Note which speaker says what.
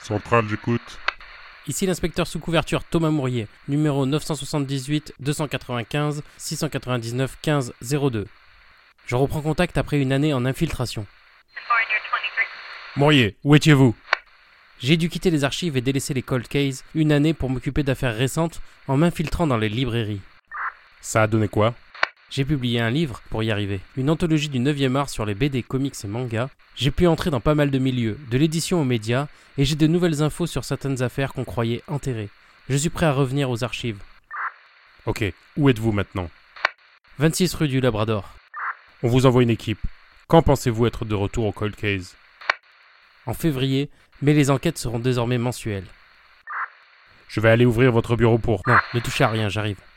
Speaker 1: Centrale, j'écoute.
Speaker 2: Ici l'inspecteur sous couverture Thomas Mourier, numéro 978 295 699 15 02. Je reprends contact après une année en infiltration. Mourier, où étiez-vous J'ai dû quitter les archives et délaisser les cold cases une année pour m'occuper d'affaires récentes en m'infiltrant dans les librairies.
Speaker 1: Ça a donné quoi
Speaker 2: J'ai publié un livre pour y arriver, une anthologie du 9e art sur les BD, comics et mangas. J'ai pu entrer dans pas mal de milieux, de l'édition aux médias, et j'ai de nouvelles infos sur certaines affaires qu'on croyait enterrées. Je suis prêt à revenir aux archives.
Speaker 1: Ok, où êtes-vous maintenant
Speaker 2: 26 rue du Labrador.
Speaker 1: On vous envoie une équipe. Quand pensez-vous être de retour au Cold Case
Speaker 2: En février, mais les enquêtes seront désormais mensuelles.
Speaker 1: Je vais aller ouvrir votre bureau pour...
Speaker 2: Non, ne touchez à rien, j'arrive.